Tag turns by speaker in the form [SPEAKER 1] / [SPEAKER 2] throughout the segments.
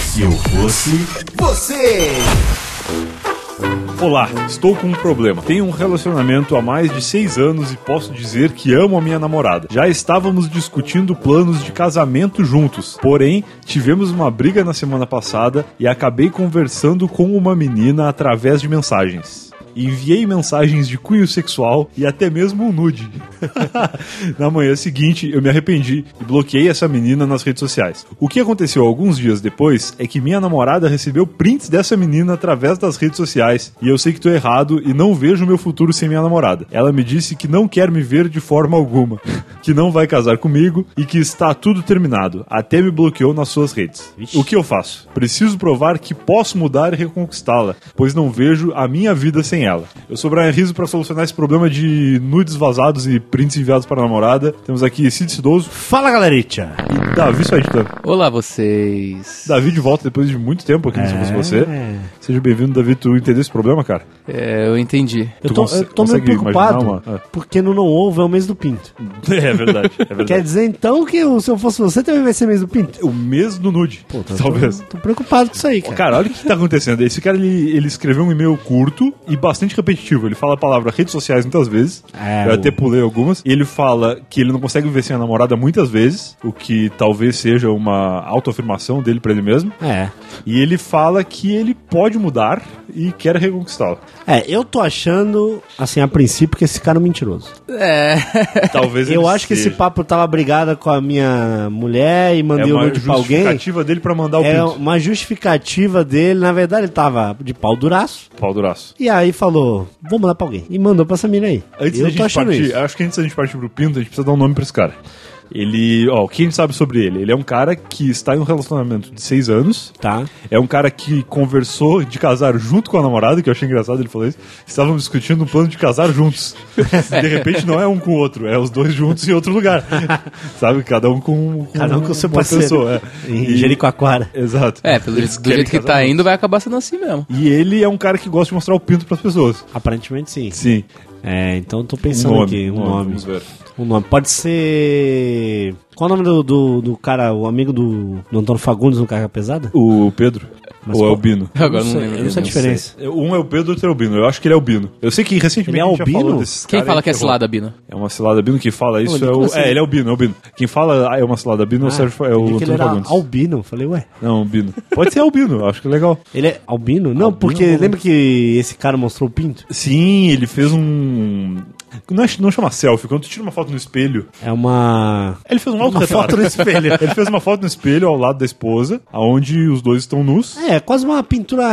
[SPEAKER 1] Se eu fosse você.
[SPEAKER 2] Olá, estou com um problema. Tenho um relacionamento há mais de seis anos e posso dizer que amo a minha namorada. Já estávamos discutindo planos de casamento juntos, porém tivemos uma briga na semana passada e acabei conversando com uma menina através de mensagens. Enviei mensagens de cunho sexual e até mesmo um nude. na manhã seguinte, eu me arrependi e bloqueei essa menina nas redes sociais. O que aconteceu alguns dias depois é que minha namorada recebeu prints dessa menina através das redes sociais e eu sei que tô errado e não vejo meu futuro sem minha namorada. Ela me disse que não quer me ver de forma alguma, que não vai casar comigo e que está tudo terminado. Até me bloqueou nas suas redes. O que eu faço? Preciso provar que posso mudar e reconquistá-la, pois não vejo a minha vida sem ela. Eu sou Brian Riso para solucionar esse problema de nudes vazados e prints enviados para a namorada. Temos aqui Cid Cidoso
[SPEAKER 3] Fala galerita!
[SPEAKER 2] e Davi Suaditano.
[SPEAKER 4] Olá, vocês.
[SPEAKER 2] Davi de volta depois de muito tempo aqui no Se Fosse Você. Seja bem-vindo, Davi. Tu entendeu esse problema, cara?
[SPEAKER 4] É, eu entendi.
[SPEAKER 3] Eu
[SPEAKER 2] Tu
[SPEAKER 3] tô,
[SPEAKER 2] conse-
[SPEAKER 3] eu tô meio
[SPEAKER 2] consegue imaginar
[SPEAKER 3] preocupado
[SPEAKER 2] uma- Ah.
[SPEAKER 3] porque no Não Ovo é o mês do pinto.
[SPEAKER 2] É verdade, é verdade.
[SPEAKER 3] Quer dizer então que o, se eu fosse você também vai ser mês do pinto?
[SPEAKER 2] O mês do nude, talvez.
[SPEAKER 3] Tô preocupado com isso aí, cara.
[SPEAKER 2] Cara, olha o que tá acontecendo. Esse cara, ele, ele escreveu um e-mail curto e bastante repetitivo. Ele fala a palavra redes sociais muitas vezes.
[SPEAKER 3] É,
[SPEAKER 2] eu
[SPEAKER 3] o-
[SPEAKER 2] até pulei algumas. E ele fala que ele não consegue viver sem a namorada muitas vezes, o que talvez seja uma autoafirmação dele pra ele mesmo.
[SPEAKER 3] É.
[SPEAKER 2] E ele fala que ele pode mudar e quer reconquistá-la.
[SPEAKER 3] É, eu tô achando, assim, a princípio, que esse cara é um mentiroso.
[SPEAKER 4] É.
[SPEAKER 2] Talvez
[SPEAKER 3] Eu
[SPEAKER 2] ele
[SPEAKER 3] acho que esse
[SPEAKER 2] seja. é
[SPEAKER 3] mandei o
[SPEAKER 2] uma
[SPEAKER 3] nude pra alguém.
[SPEAKER 2] justificativa dele pra mandar o
[SPEAKER 3] É
[SPEAKER 2] pinto.
[SPEAKER 3] uma justificativa dele, na verdade ele tava de pau duraço.
[SPEAKER 2] Pau duraço.
[SPEAKER 3] E aí falou, vou mandar pra alguém. E mandou pra essa mina aí.
[SPEAKER 2] Antes
[SPEAKER 3] eu
[SPEAKER 2] da
[SPEAKER 3] tô
[SPEAKER 2] gente
[SPEAKER 3] achando
[SPEAKER 2] partir, é-
[SPEAKER 3] isso.
[SPEAKER 2] acho que antes da gente partir pro Pinto, a gente precisa dar um nome pra esse cara. Ele, ó, o que a gente sabe sobre ele? Ele é um cara que está em um relacionamento de seis anos.
[SPEAKER 3] Tá.
[SPEAKER 2] É um cara que conversou de casar junto com a namorada, que eu achei engraçado ele falou isso. Estavam discutindo um plano de casar juntos. De repente não é um com o outro, é os dois juntos em outro lugar. Sabe? Cada um com, com
[SPEAKER 3] Cada um com o seu
[SPEAKER 2] uma
[SPEAKER 3] parceiro.
[SPEAKER 2] pessoa, é.
[SPEAKER 3] Em
[SPEAKER 2] E-
[SPEAKER 3] Jericoacoara.
[SPEAKER 2] Exato.
[SPEAKER 4] É, pelo
[SPEAKER 2] Eles
[SPEAKER 4] jeito, do
[SPEAKER 2] querem
[SPEAKER 4] jeito que
[SPEAKER 2] casar
[SPEAKER 4] tá
[SPEAKER 2] juntos.
[SPEAKER 4] indo, vai acabar sendo assim mesmo.
[SPEAKER 2] E ele é um cara que gosta de mostrar o pinto pras pessoas.
[SPEAKER 3] Aparentemente sim.
[SPEAKER 2] Sim.
[SPEAKER 3] É, então eu tô pensando aqui, um nome.
[SPEAKER 2] Vamos ver.
[SPEAKER 3] Um nome. Pode ser. Qual o nome do, do, do cara, o amigo do, do Antônio Fagundes no Carga Pesada?
[SPEAKER 2] O Pedro.
[SPEAKER 3] Mas
[SPEAKER 2] ou é
[SPEAKER 3] qual-
[SPEAKER 2] o Bino?
[SPEAKER 4] Agora
[SPEAKER 3] não
[SPEAKER 4] não,
[SPEAKER 3] sei,
[SPEAKER 4] lembro.
[SPEAKER 3] eu não sei a
[SPEAKER 4] quem,
[SPEAKER 3] diferença.
[SPEAKER 2] Eu- Um é o Pedro, outro é o Bino. Eu acho que ele é o Bino. Eu sei que recentemente
[SPEAKER 3] Ele é
[SPEAKER 2] a gente já
[SPEAKER 3] albino?
[SPEAKER 2] falou desses
[SPEAKER 4] Quem
[SPEAKER 2] caras
[SPEAKER 4] fala
[SPEAKER 2] aí
[SPEAKER 4] que é
[SPEAKER 2] ferrou.
[SPEAKER 4] cilada, Bino?
[SPEAKER 2] É uma cilada Bino que fala isso.
[SPEAKER 4] Olha,
[SPEAKER 2] é, o...
[SPEAKER 4] como assim?
[SPEAKER 2] é, ele é o Bino, é o Bino. Quem fala ah, é uma cilada Bino é o Sérgio Fa- é o
[SPEAKER 3] Porque ele
[SPEAKER 2] Antônio
[SPEAKER 3] era
[SPEAKER 2] Fagundes.
[SPEAKER 3] albino. Eu Falei, ué.
[SPEAKER 2] Não, Bino. Pode ser albino, eu acho que é legal.
[SPEAKER 3] Ele é albino? Não, porque lembra que esse cara mostrou o pinto?
[SPEAKER 2] Sim, ele fez um. Não, é- não chama selfie, quando tu tira uma foto no espelho.
[SPEAKER 3] É uma.
[SPEAKER 2] Ele fez um
[SPEAKER 3] Uma
[SPEAKER 2] autorretrato.
[SPEAKER 3] foto no espelho.
[SPEAKER 2] Ele fez uma foto no espelho ao lado da esposa, aonde os dois estão nus.
[SPEAKER 3] É, quase uma pintura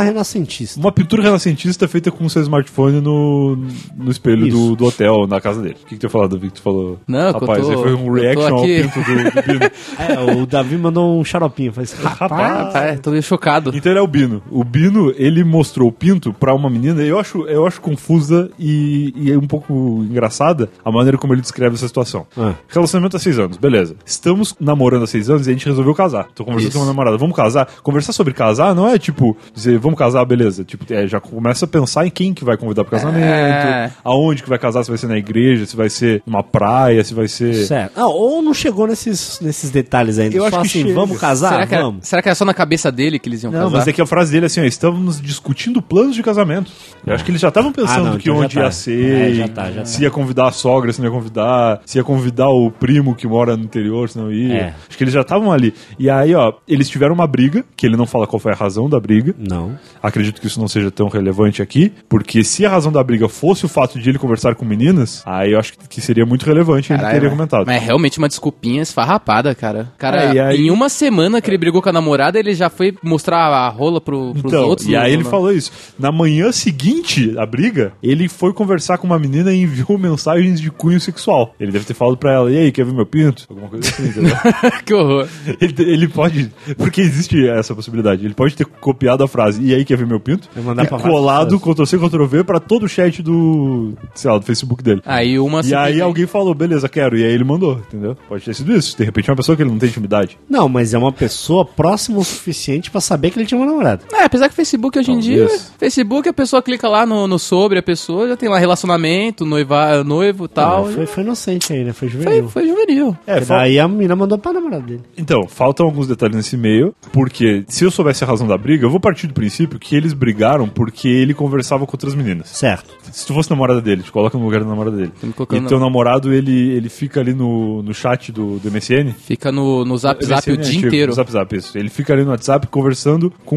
[SPEAKER 3] renascentista.
[SPEAKER 2] Uma pintura renascentista feita com o seu smartphone no, no espelho
[SPEAKER 3] Isso.
[SPEAKER 2] do, do hotel, na casa dele. O que, que tu ia falar, Davi, que tu falou?
[SPEAKER 4] Não, que eu
[SPEAKER 2] Rapaz,
[SPEAKER 4] tô-
[SPEAKER 2] aí foi um
[SPEAKER 4] eu tô
[SPEAKER 2] reaction ao
[SPEAKER 4] aqui.
[SPEAKER 2] pinto do, do Bino.
[SPEAKER 3] É, o Davi mandou um xaropinho. Eu Falei, assim, rapaz.
[SPEAKER 4] Ah, é, tô meio chocado.
[SPEAKER 2] Então ele é o Bino. O Bino, ele mostrou o pinto pra uma menina, eu acho, eu acho confusa e, e é um pouco engraçada a maneira como ele descreve essa situação.
[SPEAKER 3] Ah.
[SPEAKER 2] Relacionamento há seis anos, beleza. Estamos namorando há seis anos e a gente resolveu casar. Tô conversando
[SPEAKER 4] Isso.
[SPEAKER 2] com uma namorada, vamos casar. Conversar sobre casar não é tipo dizer, vamos casar, beleza. Tipo, é, já começa a pensar em quem que vai convidar pro casamento,
[SPEAKER 4] É.
[SPEAKER 2] aonde que vai casar, se vai ser na igreja, se vai ser numa praia, se vai ser.
[SPEAKER 3] Certo. Ah, ou não chegou nesses, nesses detalhes ainda.
[SPEAKER 2] Eu
[SPEAKER 3] Só
[SPEAKER 2] acho que
[SPEAKER 3] assim,
[SPEAKER 2] chega. é
[SPEAKER 3] vamos casar?
[SPEAKER 4] será, que era,
[SPEAKER 3] vamos.
[SPEAKER 4] será que era só na cabeça dele que eles iam
[SPEAKER 2] Não,
[SPEAKER 4] casar?
[SPEAKER 2] mas é que a frase dele é assim, ó, estávamos discutindo planos de casamento. Eu acho que eles já estavam pensando
[SPEAKER 3] Ah, não,
[SPEAKER 2] que
[SPEAKER 3] então já
[SPEAKER 2] onde
[SPEAKER 3] tá.
[SPEAKER 2] ia ser,
[SPEAKER 3] É, já tá, já
[SPEAKER 2] se ia convidar a sogra, se não ia convidar, se ia convidar o primo que mora no interior, se não ia.
[SPEAKER 3] É.
[SPEAKER 2] Acho que eles já estavam ali. E aí, ó, eles tiveram uma briga, que ele não fala qual foi a razão da briga.
[SPEAKER 3] Não.
[SPEAKER 2] Acredito que isso não seja tão relevante aqui, porque se a razão da briga fosse o fato de ele conversar com meninas, aí eu acho que seria muito relevante ele
[SPEAKER 4] Caralho,
[SPEAKER 2] teria
[SPEAKER 4] mas-
[SPEAKER 2] comentado.
[SPEAKER 4] Mas é realmente uma desculpinha esfarrapada, cara. Cara,
[SPEAKER 2] É, e aí-
[SPEAKER 4] em uma semana que ele brigou com a namorada, ele já foi mostrar a rola pro, pros
[SPEAKER 2] Então,
[SPEAKER 4] outros. né?
[SPEAKER 2] e aí
[SPEAKER 4] não-
[SPEAKER 2] ele
[SPEAKER 4] não-
[SPEAKER 2] falou isso. Na manhã seguinte à briga, ele foi conversar com uma menina e enviou mensagens de cunho sexual. Ele deve ter falado pra ela, e aí, quer ver meu pinto? Alguma coisa assim, entendeu?
[SPEAKER 4] que horror.
[SPEAKER 2] ele, ele pode... Porque existe essa possibilidade. Ele pode ter copiado a frase, e aí, quer ver meu pinto?
[SPEAKER 3] Vai mandar
[SPEAKER 2] e
[SPEAKER 3] pra várias
[SPEAKER 2] colado, Ctrl-C, Ctrl-V, pra todo o chat do, sei lá, do Facebook dele.
[SPEAKER 4] Aí
[SPEAKER 2] E
[SPEAKER 4] uma
[SPEAKER 2] aí
[SPEAKER 4] simplesmente-
[SPEAKER 2] alguém falou, beleza, quero. E aí ele mandou, entendeu? Pode ter sido isso. De repente é uma pessoa que ele não tem intimidade.
[SPEAKER 3] Não, mas é uma pessoa próxima o suficiente pra saber que ele tinha uma namorada.
[SPEAKER 4] É, apesar que Facebook hoje em dia.
[SPEAKER 2] Talvez.
[SPEAKER 4] Facebook, a pessoa clica lá no, no sobre, a pessoa já tem lá relacionamento, noiva, noivo e tal.
[SPEAKER 3] Ah, foi, foi inocente aí, né? Foi
[SPEAKER 4] Foi,
[SPEAKER 3] juvenil.
[SPEAKER 4] foi juvenil. horrível.
[SPEAKER 2] É,
[SPEAKER 3] E
[SPEAKER 2] fal-
[SPEAKER 3] daí a menina mandou pra namorada dele.
[SPEAKER 2] Então, faltam alguns detalhes nesse e-mail, porque se eu soubesse a razão da briga, eu vou partir do princípio que eles brigaram porque ele conversava com outras meninas.
[SPEAKER 3] Certo.
[SPEAKER 2] Se tu fosse namorada dele, te coloca no lugar da namorada dele.
[SPEAKER 4] me
[SPEAKER 2] E
[SPEAKER 4] colocando na-
[SPEAKER 2] teu namorado, ele, ele fica ali no, no chat do, do MSN?
[SPEAKER 4] Fica no, no zap zap
[SPEAKER 2] MSN
[SPEAKER 4] o
[SPEAKER 2] é
[SPEAKER 4] dia
[SPEAKER 2] antigo,
[SPEAKER 4] inteiro.
[SPEAKER 2] Zap Zap, isso. Ele fica ali no WhatsApp conversando com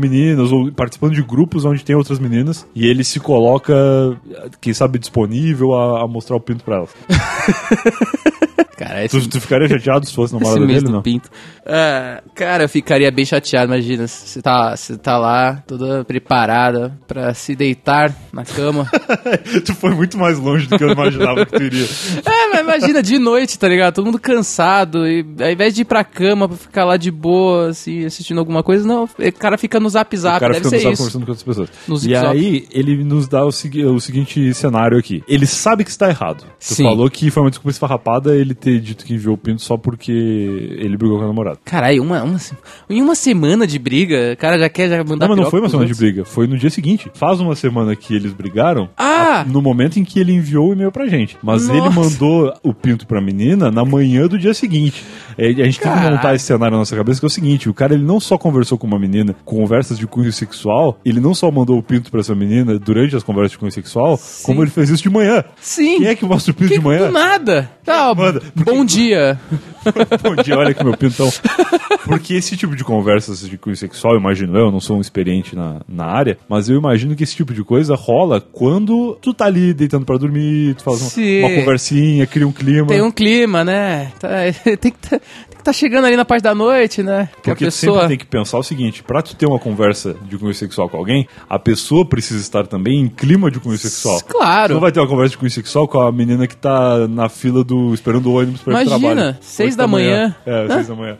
[SPEAKER 2] meninas ou participando de grupos onde tem outras meninas e ele se coloca, quem sabe, disponível a, a mostrar o pinto pra elas.
[SPEAKER 4] Cara, esse,
[SPEAKER 2] Tu, tu ficaria chateado se fosse
[SPEAKER 4] esse
[SPEAKER 2] namorada
[SPEAKER 4] mês
[SPEAKER 2] dele,
[SPEAKER 4] do
[SPEAKER 2] não?
[SPEAKER 4] pinto. Ah, cara, eu ficaria bem chateado, imagina. Você tá, você tá lá, toda preparada pra se deitar na cama.
[SPEAKER 2] tu foi muito mais longe do que eu imaginava que tu iria.
[SPEAKER 4] É, mas imagina, de noite, tá ligado? Todo mundo cansado, e ao invés de ir pra cama pra ficar lá de boa, assim, assistindo alguma coisa, não, o cara fica no zap
[SPEAKER 2] O
[SPEAKER 4] zap,
[SPEAKER 2] cara
[SPEAKER 4] deve
[SPEAKER 2] fica no
[SPEAKER 4] ser
[SPEAKER 2] zap
[SPEAKER 4] isso.
[SPEAKER 2] conversando com outras pessoas.
[SPEAKER 4] No
[SPEAKER 2] e
[SPEAKER 4] zip-zop.
[SPEAKER 2] aí, ele nos dá o, segui- o seguinte cenário aqui. Ele sabe que está errado. Tu
[SPEAKER 4] Sim.
[SPEAKER 2] falou que foi uma desculpa esfarrapada ele ter dito que enviou o pinto só porque ele brigou com a namorada.
[SPEAKER 4] Caralho, uma, uma, se- em uma semana de briga, o cara já quer já
[SPEAKER 2] Não, mas
[SPEAKER 4] mandar
[SPEAKER 2] não
[SPEAKER 4] piroca
[SPEAKER 2] foi uma
[SPEAKER 4] pros
[SPEAKER 2] semana de
[SPEAKER 4] outros.
[SPEAKER 2] briga, foi no dia seguinte. Faz uma semana que eles brigaram,
[SPEAKER 4] Ah!
[SPEAKER 2] no momento em que ele enviou o e-mail pra gente. Mas
[SPEAKER 4] Nossa!
[SPEAKER 2] ele mandou o pinto pra menina na manhã do dia seguinte. É, a gente tem
[SPEAKER 4] Caraca.
[SPEAKER 2] que montar esse cenário na nossa cabeça, que é o seguinte: o cara ele não só conversou com uma menina, conversas de cunho sexual, ele não só mandou o pinto pra essa menina durante as conversas de cunho sexual, como ele fez isso de manhã.
[SPEAKER 4] Sim!
[SPEAKER 2] Quem é que mostra o pinto
[SPEAKER 4] Que-
[SPEAKER 2] de manhã?
[SPEAKER 4] Do nada! Tá, ó,
[SPEAKER 2] Manda, porque-
[SPEAKER 4] bom dia!
[SPEAKER 2] Bom dia, olha aqui meu pintão. Porque esse tipo de conversas de cunho sexual, eu imagino eu, eu não sou um experiente na, na área, mas eu imagino que esse tipo de coisa rola quando tu tá ali deitando pra dormir, tu faz uma-
[SPEAKER 4] Sim.
[SPEAKER 2] uma, conversinha, cria um clima.
[SPEAKER 4] Tem um clima, né? Tá, tem que tá, tem que tá chegando ali na parte da noite, né? Que a
[SPEAKER 2] Porque tu sempre
[SPEAKER 4] pessoa...
[SPEAKER 2] tem que pensar o seguinte, pra tu ter uma conversa de cunho sexual com alguém, a pessoa precisa estar também em clima de cunho sexual.
[SPEAKER 4] Claro.
[SPEAKER 2] Tu não vai ter uma conversa de cunho sexual com a menina que tá na fila do esperando o ônibus pra ir pro
[SPEAKER 4] Imagina,
[SPEAKER 2] trabalho.
[SPEAKER 4] seis
[SPEAKER 2] Oito
[SPEAKER 4] da manhã.
[SPEAKER 2] É, seis da manhã.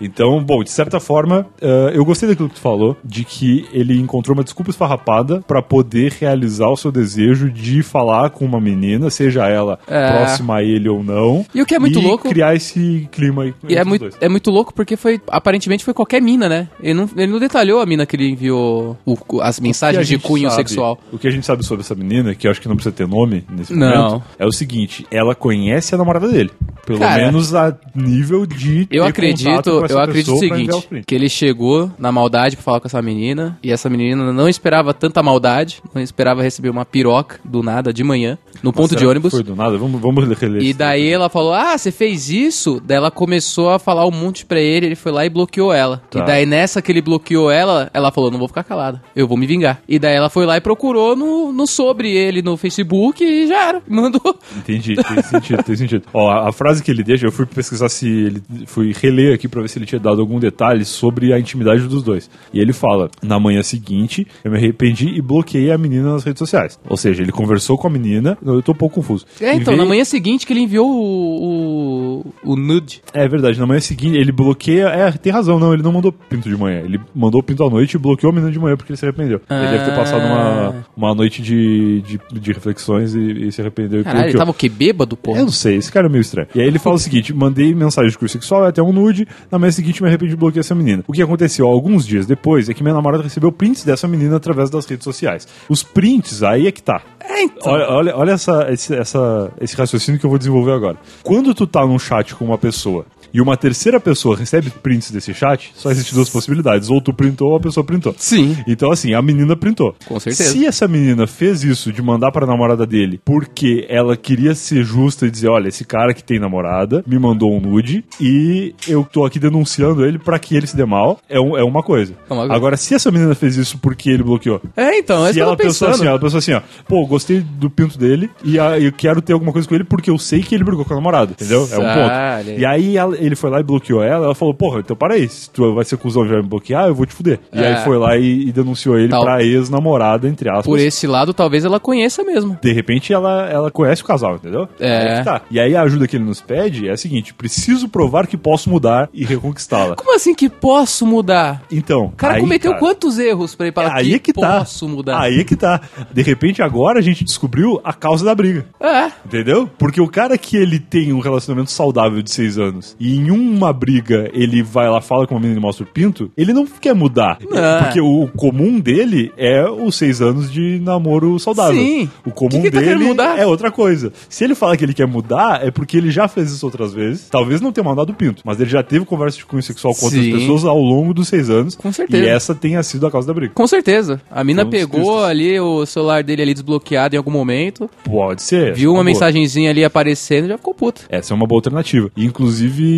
[SPEAKER 2] Então, bom, de certa forma, eh, eu gostei daquilo que tu falou, de que ele encontrou uma desculpa esfarrapada pra poder realizar o seu desejo de falar com uma menina, seja ela
[SPEAKER 4] É.
[SPEAKER 2] próxima a ele ou não.
[SPEAKER 4] E o que é muito louco-
[SPEAKER 2] criar esse clima aí.
[SPEAKER 4] E
[SPEAKER 2] entre
[SPEAKER 4] é
[SPEAKER 2] os
[SPEAKER 4] muito,
[SPEAKER 2] dois.
[SPEAKER 4] é muito louco porque foi. Aparentemente foi qualquer mina, né? Ele não, ele não detalhou a mina que ele enviou o- as
[SPEAKER 2] que a
[SPEAKER 4] mensagens de
[SPEAKER 2] gente
[SPEAKER 4] cunho
[SPEAKER 2] sabe-
[SPEAKER 4] sexual.
[SPEAKER 2] O que a gente sabe sobre essa menina, que eu acho que não precisa ter nome nesse
[SPEAKER 4] Não.
[SPEAKER 2] momento, é o seguinte: ela conhece a namorada dele. Pelo
[SPEAKER 4] Cara,
[SPEAKER 2] menos a nível de. ter
[SPEAKER 4] Eu
[SPEAKER 2] contato
[SPEAKER 4] acredito,
[SPEAKER 2] com essa
[SPEAKER 4] eu acredito
[SPEAKER 2] pessoa
[SPEAKER 4] o
[SPEAKER 2] pra enviar os
[SPEAKER 4] seguinte,
[SPEAKER 2] prints.
[SPEAKER 4] que ele chegou na maldade pra falar com essa menina, e essa menina não esperava tanta maldade, não esperava receber uma piroca do nada de manhã, no ponto
[SPEAKER 2] Será
[SPEAKER 4] de
[SPEAKER 2] que
[SPEAKER 4] ônibus.
[SPEAKER 2] Foi do nada, vamos, vamos reler.
[SPEAKER 4] E
[SPEAKER 2] isso.
[SPEAKER 4] daí ela falou: Ah, você fez isso? Daí ela começou a falar um monte pra ele, ele foi lá e bloqueou ela.
[SPEAKER 2] Tá.
[SPEAKER 4] E daí nessa que ele bloqueou ela, ela falou: Não vou ficar calada, eu vou me vingar. E daí ela foi lá e procurou no, no sobre ele no Facebook e já era. Mandou.
[SPEAKER 2] Entendi, tem sentido, tem sentido. Ó, a, a frase que ele deixa, eu fui pesquisar se ele. Fui reler aqui pra ver se ele tinha dado algum detalhe sobre a intimidade dos dois. E ele fala: na manhã seguinte, eu me arrependi e bloqueei a menina nas redes sociais. Ou seja, ele conversou com a menina. Eu tô um pouco confuso.
[SPEAKER 4] É,
[SPEAKER 2] E
[SPEAKER 4] então,
[SPEAKER 2] veio-
[SPEAKER 4] na manhã seguinte que ele enviou o, o, o nude.
[SPEAKER 2] É verdade, na manhã seguinte ele bloqueia. É, tem razão, não, ele não mandou pinto de manhã. Ele mandou pinto à noite e bloqueou a menina de manhã porque ele se arrependeu. Ele deve ter passado
[SPEAKER 4] Ah.
[SPEAKER 2] uma, uma noite de, de, de reflexões e, e se arrependeu e
[SPEAKER 4] Caralho, ele tá
[SPEAKER 2] bloqueou.
[SPEAKER 4] tava o quê? Bêbado, pô?
[SPEAKER 2] Eu não sei, esse cara é meio estranho. E aí ele fala o seguinte: mandei mensagem de curso sexual e até um nude. Na manhã seguinte, me arrependi de bloquear essa menina. O que aconteceu alguns dias depois é que minha namorada recebeu prints dessa menina através das redes sociais. Os prints, aí é que tá.
[SPEAKER 4] É, então.
[SPEAKER 2] Olha, olha, olha essa, esse, essa- esse raciocínio que eu vou desenvolver agora. Quando tu tá num chat com uma pessoa e uma terceira pessoa recebe prints desse chat, só existem duas possibilidades. Ou tu printou ou a pessoa printou.
[SPEAKER 4] Sim.
[SPEAKER 2] Então, assim, a menina printou.
[SPEAKER 4] Com certeza.
[SPEAKER 2] Se essa menina fez isso de mandar pra namorada dele porque ela queria ser justa e dizer: olha, esse cara que tem namorada me mandou um nude e eu tô aqui denunciando ele pra que ele se dê mal, é, um- é uma coisa.
[SPEAKER 4] É uma coisa.
[SPEAKER 2] Agora, se essa menina fez isso porque ele bloqueou,
[SPEAKER 4] É, então, é isso
[SPEAKER 2] se
[SPEAKER 4] que eu
[SPEAKER 2] ela
[SPEAKER 4] tava
[SPEAKER 2] pensou
[SPEAKER 4] pensando.
[SPEAKER 2] assim, ela pensou assim, ó, pô, gostei do pinto dele e ah, eu quero ter alguma coisa com ele porque eu sei que ele brigou com a namorada, entendeu? É um
[SPEAKER 4] Olha aí.
[SPEAKER 2] ponto. E aí ela- ele foi lá e bloqueou ela, ela falou, porra, então para aí, se tu vai ser cuzão e vai me bloquear, eu vou te fuder. E
[SPEAKER 4] É.
[SPEAKER 2] aí foi lá e, e denunciou ele
[SPEAKER 4] Tal.
[SPEAKER 2] pra ex-namorada, entre aspas.
[SPEAKER 4] Por esse lado, talvez ela conheça mesmo.
[SPEAKER 2] De repente ela, ela conhece o casal, entendeu?
[SPEAKER 4] É.
[SPEAKER 2] Aí que tá. E aí a ajuda que ele nos pede é a seguinte: preciso provar que posso mudar e reconquistá-la.
[SPEAKER 4] Como assim que posso mudar?
[SPEAKER 2] Então.
[SPEAKER 4] O cara
[SPEAKER 2] aí,
[SPEAKER 4] cometeu
[SPEAKER 2] cara,
[SPEAKER 4] quantos erros pra ele falar
[SPEAKER 2] aí
[SPEAKER 4] que,
[SPEAKER 2] é que tá.
[SPEAKER 4] posso mudar?
[SPEAKER 2] Aí é que tá. De repente, agora a gente descobriu a causa da briga.
[SPEAKER 4] É.
[SPEAKER 2] Entendeu? Porque o cara que ele tem um relacionamento saudável de seis anos e e em uma briga ele vai lá, fala com uma menina e mostra o pinto, ele não quer mudar.
[SPEAKER 4] Não. é.
[SPEAKER 2] Porque o comum dele é os seis anos de namoro saudável.
[SPEAKER 4] Sim.
[SPEAKER 2] O comum
[SPEAKER 4] Que que ele tá
[SPEAKER 2] dele
[SPEAKER 4] querendo mudar?
[SPEAKER 2] é outra coisa. Se ele fala que ele quer mudar, é porque ele já fez isso outras vezes. Talvez não tenha mandado o pinto, mas ele já teve conversa de cunho sexual com outras
[SPEAKER 4] Sim.
[SPEAKER 2] pessoas ao longo dos seis anos.
[SPEAKER 4] Com certeza.
[SPEAKER 2] E essa tenha sido a causa da briga.
[SPEAKER 4] Com certeza. A mina
[SPEAKER 2] Vamos
[SPEAKER 4] pegou
[SPEAKER 2] tristes.
[SPEAKER 4] ali o celular dele ali desbloqueado em algum momento,
[SPEAKER 2] Pode ser.
[SPEAKER 4] viu uma
[SPEAKER 2] boa.
[SPEAKER 4] mensagenzinha ali aparecendo e já ficou puta.
[SPEAKER 2] Essa é uma boa alternativa. E, inclusive,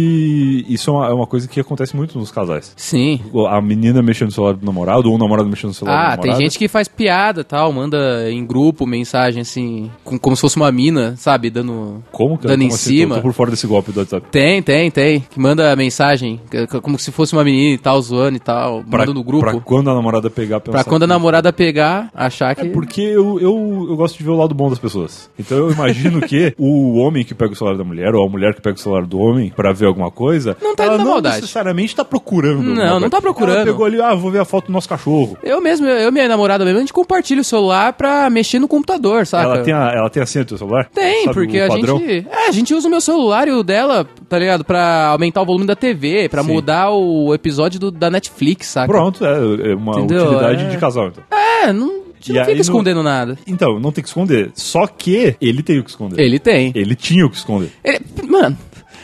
[SPEAKER 2] isso é uma, é uma coisa que acontece muito nos casais.
[SPEAKER 4] Sim.
[SPEAKER 2] A menina mexendo no celular do namorado, ou o namorado mexendo no celular
[SPEAKER 4] Ah,
[SPEAKER 2] do
[SPEAKER 4] tem
[SPEAKER 2] namorado.
[SPEAKER 4] gente que faz piada tal, manda em grupo mensagem assim, com- como se fosse uma mina, sabe? Dando.
[SPEAKER 2] Como que
[SPEAKER 4] dando
[SPEAKER 2] como
[SPEAKER 4] em
[SPEAKER 2] assim?
[SPEAKER 4] cima.
[SPEAKER 2] Tô, tô por fora desse golpe do WhatsApp.
[SPEAKER 4] Tem, tem, tem. Que manda mensagem, c- c- como se fosse uma menina e tal, zoando e tal, manda no grupo.
[SPEAKER 2] Pra
[SPEAKER 4] Pra,
[SPEAKER 2] quando a namorada pegar, pensar.
[SPEAKER 4] quando a
[SPEAKER 2] que-
[SPEAKER 4] namorada pegar, achar que.
[SPEAKER 2] É porque eu, eu, eu gosto de ver o lado bom das pessoas. Então eu imagino que o homem que pega o celular da mulher, ou a mulher que pega o celular do homem pra ver alguma coisa,
[SPEAKER 4] Não tá
[SPEAKER 2] ela
[SPEAKER 4] indo na
[SPEAKER 2] não
[SPEAKER 4] maldade.
[SPEAKER 2] necessariamente tá procurando. alguma
[SPEAKER 4] Não, não
[SPEAKER 2] coisa.
[SPEAKER 4] tá procurando.
[SPEAKER 2] Ela pegou ali, ah, vou ver a foto do nosso cachorro.
[SPEAKER 4] Eu mesmo, eu e minha namorada mesmo, a gente compartilha o celular pra mexer no computador, saca?
[SPEAKER 2] Ela tem, a, ela tem a senha do teu celular?
[SPEAKER 4] Tem,
[SPEAKER 2] Sabe
[SPEAKER 4] porque
[SPEAKER 2] o
[SPEAKER 4] a
[SPEAKER 2] padrão?
[SPEAKER 4] gente. É, a gente usa o meu celular e o dela, tá ligado? Pra aumentar o volume da TV, pra
[SPEAKER 2] Sim.
[SPEAKER 4] mudar o episódio do- da Netflix, saca?
[SPEAKER 2] Pronto, é, é uma
[SPEAKER 4] Entendeu?
[SPEAKER 2] utilidade
[SPEAKER 4] É.
[SPEAKER 2] de casal, então.
[SPEAKER 4] É, não, a gente
[SPEAKER 2] E
[SPEAKER 4] não
[SPEAKER 2] aí
[SPEAKER 4] fica
[SPEAKER 2] no-
[SPEAKER 4] escondendo nada.
[SPEAKER 2] Então, não tem que esconder. Só que ele tem o que esconder.
[SPEAKER 4] Ele tem.
[SPEAKER 2] Ele tinha o que esconder.
[SPEAKER 4] Ele- mano,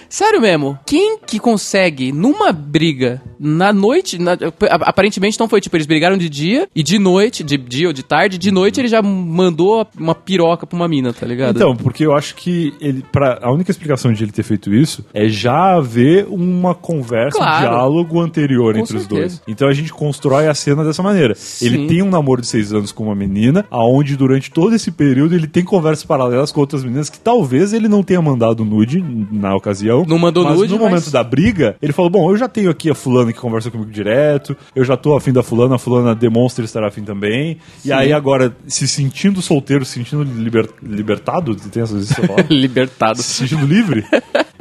[SPEAKER 4] sério mesmo, quem que consegue, numa briga, na noite, na- ap- aparentemente não foi tipo, eles brigaram de dia e de noite, de dia ou de tarde, de noite ele já mandou uma piroca pra uma mina, tá ligado?
[SPEAKER 2] Então, porque eu acho que ele, pra, a única explicação de ele ter feito isso é já haver uma conversa, um
[SPEAKER 4] Claro.
[SPEAKER 2] diálogo anterior
[SPEAKER 4] Com
[SPEAKER 2] entre os
[SPEAKER 4] certeza.
[SPEAKER 2] dois. Então a gente constrói a cena dessa maneira.
[SPEAKER 4] Sim.
[SPEAKER 2] Ele tem um namoro de seis anos com uma menina, aonde durante todo esse período ele tem conversas paralelas com outras meninas que talvez ele não tenha mandado nude na ocasião.
[SPEAKER 4] Não mandou
[SPEAKER 2] mas
[SPEAKER 4] nude,
[SPEAKER 2] no
[SPEAKER 4] mas-
[SPEAKER 2] momento da briga, ele falou, bom, eu já tenho aqui a fulana que conversa comigo direto, eu já tô afim da fulana, a fulana demonstra estar afim também. E aí agora, se sentindo solteiro, se sentindo liber- libertado, tem essas essa palavra?
[SPEAKER 4] Libertado.
[SPEAKER 2] se sentindo livre,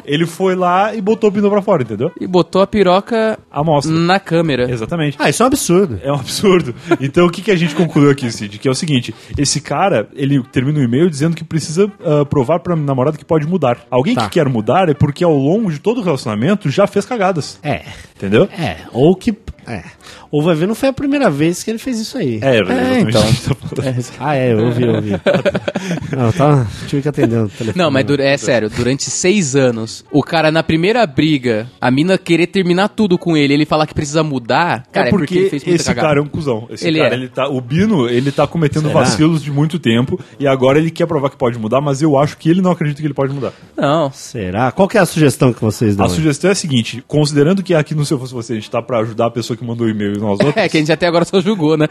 [SPEAKER 2] ele foi lá e botou o pino pra fora, entendeu?
[SPEAKER 4] E botou a piroca
[SPEAKER 2] A mostra.
[SPEAKER 4] na câmera.
[SPEAKER 2] Exatamente.
[SPEAKER 3] Ah, isso é um absurdo.
[SPEAKER 2] É um absurdo. Então, o que, que a gente concluiu aqui, Cid? Que é o seguinte: esse cara, ele termina o e-mail dizendo que precisa ah, provar pra namorada que pode mudar. Alguém
[SPEAKER 3] Tá.
[SPEAKER 2] que quer mudar é porque ao longo de todo o relacionamento já fez cagadas.
[SPEAKER 3] É,
[SPEAKER 2] Entendeu?
[SPEAKER 3] é. Ou que. É. Ou vai ver, não foi a primeira vez que ele fez isso aí.
[SPEAKER 2] É, exatamente
[SPEAKER 4] então.
[SPEAKER 2] isso que tá falando.
[SPEAKER 3] Ah, é, eu ouvi, eu ouvi. não, tá, tive que atender o telefone.
[SPEAKER 4] Não, mas dura- é sério, durante seis anos, o cara na primeira briga, a mina querer terminar tudo com ele, ele falar que precisa mudar, cara,
[SPEAKER 2] é porque,
[SPEAKER 4] ele fez muita
[SPEAKER 2] esse
[SPEAKER 4] cagada.
[SPEAKER 2] cara é um cuzão. Esse
[SPEAKER 4] Ele
[SPEAKER 2] cara,
[SPEAKER 4] é.
[SPEAKER 2] ele tá, o Bino, ele tá cometendo
[SPEAKER 3] Será?
[SPEAKER 2] vacilos de muito tempo e agora ele quer provar que pode mudar, mas eu acho que ele não acredita que ele pode mudar.
[SPEAKER 4] Não,
[SPEAKER 3] Será? Qual que é a sugestão que vocês dão?
[SPEAKER 2] A sugestão é a seguinte, considerando que aqui no Se Eu Fosse Você a gente tá pra ajudar a pessoa que mandou o e-mail e nós outros,
[SPEAKER 4] é que a gente até agora só julgou, né?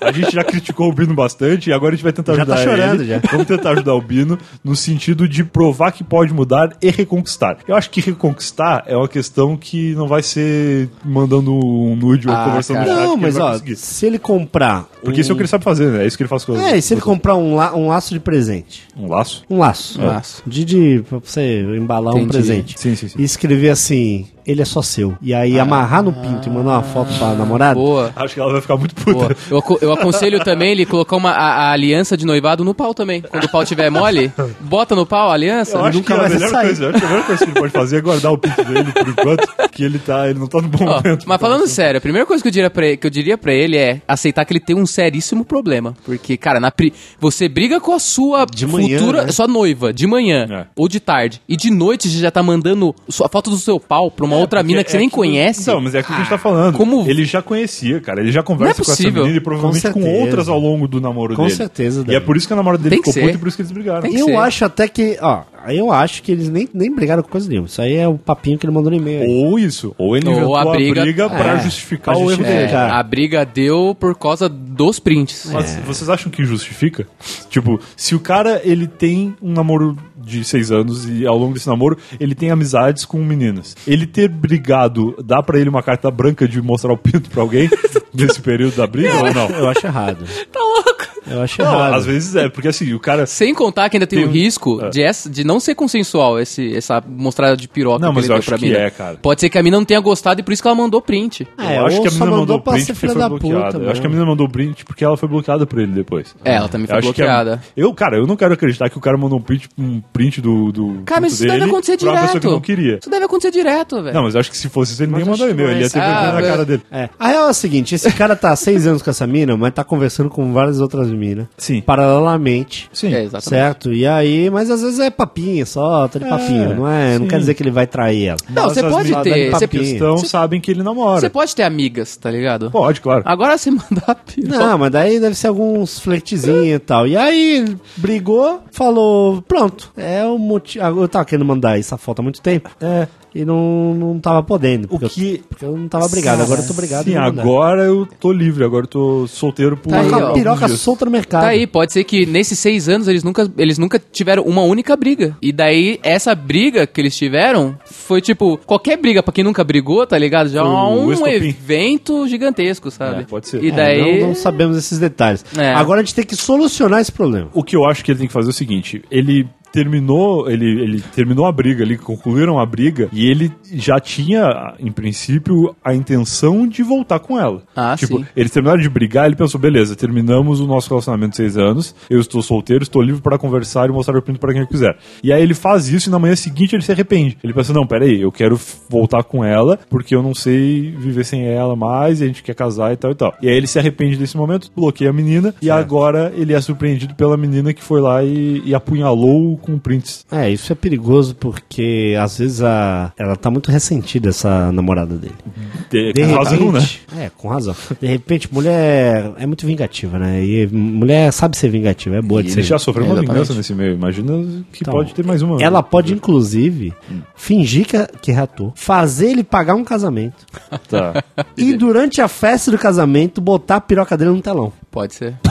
[SPEAKER 2] é, a gente já criticou o Bino bastante e agora a gente vai tentar
[SPEAKER 3] Já tá
[SPEAKER 2] ajudar
[SPEAKER 3] chorando,
[SPEAKER 2] ele.
[SPEAKER 3] já.
[SPEAKER 2] Vamos tentar ajudar o Bino no sentido de provar que pode mudar e reconquistar. Eu acho que reconquistar é uma questão que não vai ser mandando um nude ou
[SPEAKER 4] Ah,
[SPEAKER 2] conversando
[SPEAKER 4] cara.
[SPEAKER 2] no chat
[SPEAKER 3] Não,
[SPEAKER 2] que ele
[SPEAKER 3] mas
[SPEAKER 2] vai
[SPEAKER 3] ó,
[SPEAKER 2] conseguir.
[SPEAKER 3] se ele comprar.
[SPEAKER 2] Porque
[SPEAKER 3] um-
[SPEAKER 2] isso é o que ele sabe fazer, né? É isso que ele faz com
[SPEAKER 3] É, e se ele comprar um, la- um laço de presente?
[SPEAKER 2] Um laço?
[SPEAKER 3] Um laço.
[SPEAKER 4] Um laço.
[SPEAKER 3] De, de pra você embalar um
[SPEAKER 4] Entendi.
[SPEAKER 3] presente.
[SPEAKER 2] Sim, sim, Ah. sim.
[SPEAKER 3] E escrever assim, ele é só seu. E aí amarrar no pinto e mandar uma foto
[SPEAKER 2] Ah,
[SPEAKER 3] pra namorada.
[SPEAKER 4] Boa.
[SPEAKER 2] Acho que ela vai ficar muito
[SPEAKER 4] Boa.
[SPEAKER 2] puta.
[SPEAKER 4] Eu, aco- eu aconselho também ele colocar uma, a, a aliança de noivado no pau também. Quando o pau tiver mole, bota no pau a aliança.
[SPEAKER 2] Eu acho, que
[SPEAKER 3] nunca
[SPEAKER 2] a
[SPEAKER 3] mais vai
[SPEAKER 2] melhor
[SPEAKER 3] sair.
[SPEAKER 2] coisa, eu acho que a melhor coisa que ele pode fazer é guardar o pinto dele por enquanto, que ele tá, ele não tá no bom
[SPEAKER 4] Ó,
[SPEAKER 2] momento.
[SPEAKER 4] mas falando sério, a primeira coisa que eu, diria pra ele, que eu diria pra ele é aceitar que ele tem um seríssimo problema. Porque, cara, na pri- você briga com a sua
[SPEAKER 3] De manhã,
[SPEAKER 4] futura,
[SPEAKER 3] né?
[SPEAKER 4] sua noiva, de manhã
[SPEAKER 2] É.
[SPEAKER 4] ou de tarde. E de noite você já tá mandando sua foto do seu pau pra uma outra mina que
[SPEAKER 2] É
[SPEAKER 4] você nem
[SPEAKER 2] aquilo-
[SPEAKER 4] conhece. Ah,
[SPEAKER 2] Então, mas é aquilo que a gente tá falando.
[SPEAKER 4] como-
[SPEAKER 2] Ele já conhecia, cara. Ele já
[SPEAKER 4] Não é
[SPEAKER 2] conversa com essa
[SPEAKER 4] possível.
[SPEAKER 2] menina e provavelmente
[SPEAKER 3] Com
[SPEAKER 2] com,
[SPEAKER 3] certeza.
[SPEAKER 2] outras ao longo do namoro
[SPEAKER 3] Com
[SPEAKER 2] dele.
[SPEAKER 3] certeza,
[SPEAKER 2] E
[SPEAKER 3] Davi.
[SPEAKER 2] é por isso que a namorada dele
[SPEAKER 4] Tem que
[SPEAKER 2] ficou puta
[SPEAKER 4] ser.
[SPEAKER 2] e por isso que eles brigaram.
[SPEAKER 4] Tem que
[SPEAKER 3] Eu
[SPEAKER 4] ser.
[SPEAKER 3] acho até que, ó, eu acho que eles nem, nem brigaram com coisa nenhuma. Isso aí é o papinho que ele mandou no e-mail. aí.
[SPEAKER 2] Ou isso. Ou ele
[SPEAKER 4] Ou
[SPEAKER 2] inventou
[SPEAKER 4] a
[SPEAKER 2] a briga,
[SPEAKER 4] briga-
[SPEAKER 2] pra
[SPEAKER 3] É.
[SPEAKER 2] justificar
[SPEAKER 3] Pra
[SPEAKER 2] o erro
[SPEAKER 3] justificar.
[SPEAKER 2] dele.
[SPEAKER 4] É,
[SPEAKER 3] cara.
[SPEAKER 4] a briga deu por causa dos prints. É.
[SPEAKER 2] Mas
[SPEAKER 3] É.
[SPEAKER 2] vocês acham que justifica? Tipo, se o cara ele tem um namoro de seis anos e ao longo desse namoro ele tem amizades com meninas, ele ter brigado dá pra ele uma carta branca de mostrar o pinto pra alguém nesse período da briga ou não?
[SPEAKER 3] Eu acho errado.
[SPEAKER 4] Tá louco?
[SPEAKER 3] Eu acho
[SPEAKER 2] Não,
[SPEAKER 3] errado.
[SPEAKER 2] às vezes é, porque assim, o cara.
[SPEAKER 4] Sem contar que ainda tem,
[SPEAKER 2] Tem
[SPEAKER 4] o
[SPEAKER 2] um-
[SPEAKER 4] risco
[SPEAKER 2] é.
[SPEAKER 4] de, essa- de não ser consensual esse, essa mostrada de piroca
[SPEAKER 2] Não,
[SPEAKER 4] que
[SPEAKER 2] mas
[SPEAKER 4] ele
[SPEAKER 2] eu
[SPEAKER 4] deu
[SPEAKER 2] acho
[SPEAKER 4] pra
[SPEAKER 2] que
[SPEAKER 4] mina.
[SPEAKER 2] é, cara.
[SPEAKER 4] Pode ser que a mina não tenha gostado e por isso que ela mandou print.
[SPEAKER 3] É,
[SPEAKER 2] eu acho
[SPEAKER 3] ou
[SPEAKER 2] que a
[SPEAKER 3] só
[SPEAKER 2] menina
[SPEAKER 3] mandou
[SPEAKER 2] mandou o
[SPEAKER 3] pra
[SPEAKER 2] print
[SPEAKER 3] ser
[SPEAKER 2] porque
[SPEAKER 3] filha
[SPEAKER 2] foi
[SPEAKER 3] da
[SPEAKER 2] bloqueada.
[SPEAKER 3] puta,
[SPEAKER 2] eu acho que a
[SPEAKER 3] mano.
[SPEAKER 2] menina mandou o print porque ela foi bloqueada por ele depois.
[SPEAKER 4] É, ela também
[SPEAKER 2] Eu
[SPEAKER 4] foi
[SPEAKER 2] acho que a-
[SPEAKER 4] bloqueada.
[SPEAKER 2] eu, cara, eu não quero acreditar que o cara mandou um print, um print do, do.
[SPEAKER 4] Cara, mas
[SPEAKER 2] puto
[SPEAKER 4] isso deve
[SPEAKER 2] dele
[SPEAKER 4] acontecer
[SPEAKER 2] pra uma pessoa que
[SPEAKER 4] direto.
[SPEAKER 2] não queria.
[SPEAKER 4] Isso deve acontecer direto, velho.
[SPEAKER 2] Não, mas eu acho que se fosse isso, ele nem
[SPEAKER 3] Mas acho
[SPEAKER 2] mandou
[SPEAKER 3] que
[SPEAKER 2] e-mail.
[SPEAKER 3] não é
[SPEAKER 2] Ele ia
[SPEAKER 3] isso.
[SPEAKER 2] ter vergonha
[SPEAKER 4] Ah,
[SPEAKER 2] na
[SPEAKER 4] velho.
[SPEAKER 2] cara dele.
[SPEAKER 3] É. A real é o seguinte, esse cara tá há seis anos com essa mina, mas tá conversando com várias outras minas.
[SPEAKER 2] Sim.
[SPEAKER 3] Paralelamente.
[SPEAKER 2] Sim.
[SPEAKER 4] É, exatamente.
[SPEAKER 3] Certo? E aí, mas às vezes é papinho só, tá de papinho, não é? Não
[SPEAKER 2] sim.
[SPEAKER 3] quer dizer que ele vai trair ela.
[SPEAKER 4] Não,
[SPEAKER 2] Mas
[SPEAKER 4] você
[SPEAKER 2] as
[SPEAKER 4] pode
[SPEAKER 2] meninas
[SPEAKER 4] ter.
[SPEAKER 3] da
[SPEAKER 4] Você,
[SPEAKER 3] papinha.
[SPEAKER 2] Então
[SPEAKER 4] Você-
[SPEAKER 2] sabem que ele namora.
[SPEAKER 4] você pode ter amigas, tá ligado?
[SPEAKER 2] Pode, claro.
[SPEAKER 4] Agora você mandar piroca.
[SPEAKER 3] Não, mas daí deve ser alguns flertezinhos e tal. E aí, ele brigou, falou, pronto, é o motivo... Eu tava querendo mandar essa foto há muito tempo. É. E não, não tava podendo. porque eu-
[SPEAKER 2] que-
[SPEAKER 3] porque eu não tava obrigado, agora eu tô obrigado.
[SPEAKER 2] Sim,
[SPEAKER 3] a mandar.
[SPEAKER 2] agora eu tô livre, agora eu tô solteiro por.
[SPEAKER 4] Tá aí,
[SPEAKER 3] Tá com
[SPEAKER 4] ó.
[SPEAKER 3] a
[SPEAKER 2] alguns
[SPEAKER 3] piroca
[SPEAKER 2] dias.
[SPEAKER 3] solta no mercado.
[SPEAKER 4] Tá aí, pode ser que nesses seis anos eles nunca, eles nunca tiveram uma única briga. E daí, essa briga que eles tiveram foi tipo, qualquer briga pra quem nunca brigou, tá ligado? Já é
[SPEAKER 2] O
[SPEAKER 4] um
[SPEAKER 2] estopim.
[SPEAKER 4] evento gigantesco, sabe?
[SPEAKER 2] É, pode ser. É,
[SPEAKER 4] E
[SPEAKER 3] É,
[SPEAKER 4] daí.
[SPEAKER 3] não, não sabemos esses detalhes.
[SPEAKER 4] É.
[SPEAKER 3] Agora a gente tem que solucionar esse problema.
[SPEAKER 2] O que eu acho que ele tem que fazer é o seguinte: ele terminou, ele, ele terminou a briga ali, concluíram a briga, e ele já tinha, em princípio, a intenção de voltar com ela.
[SPEAKER 4] Ah,
[SPEAKER 2] tipo,
[SPEAKER 4] sim.
[SPEAKER 2] eles terminaram de brigar, ele pensou, beleza, terminamos o nosso relacionamento de seis anos, eu estou solteiro, estou livre para conversar e mostrar o pinto para quem eu quiser. E aí ele faz isso e na manhã seguinte ele se arrepende. Ele pensa, não, peraí, eu quero f- voltar com ela, porque eu não sei viver sem ela mais, e a gente quer casar e tal e tal. E aí ele se arrepende desse momento, bloqueia a menina, e agora ele é surpreendido pela menina que foi lá e, e apunhalou com prints.
[SPEAKER 3] É, isso é perigoso porque às vezes a... ela tá muito ressentida, essa namorada dele.
[SPEAKER 2] De, com razão, né?
[SPEAKER 3] É, com razão. De repente, mulher é muito vingativa, né? E mulher sabe ser vingativa, é boa
[SPEAKER 2] E
[SPEAKER 3] de
[SPEAKER 2] ele
[SPEAKER 3] ser.
[SPEAKER 2] já sofreu uma
[SPEAKER 4] Exatamente.
[SPEAKER 2] vingança nesse meio. Imagina que
[SPEAKER 3] Então,
[SPEAKER 2] pode ter mais uma. né? Tá. Hum.
[SPEAKER 3] Ela pode, inclusive, fingir que, que ratou, fazer ele pagar um casamento
[SPEAKER 2] Tá.
[SPEAKER 3] e, durante a festa do casamento, botar a piroca dele no telão.
[SPEAKER 4] Pode ser.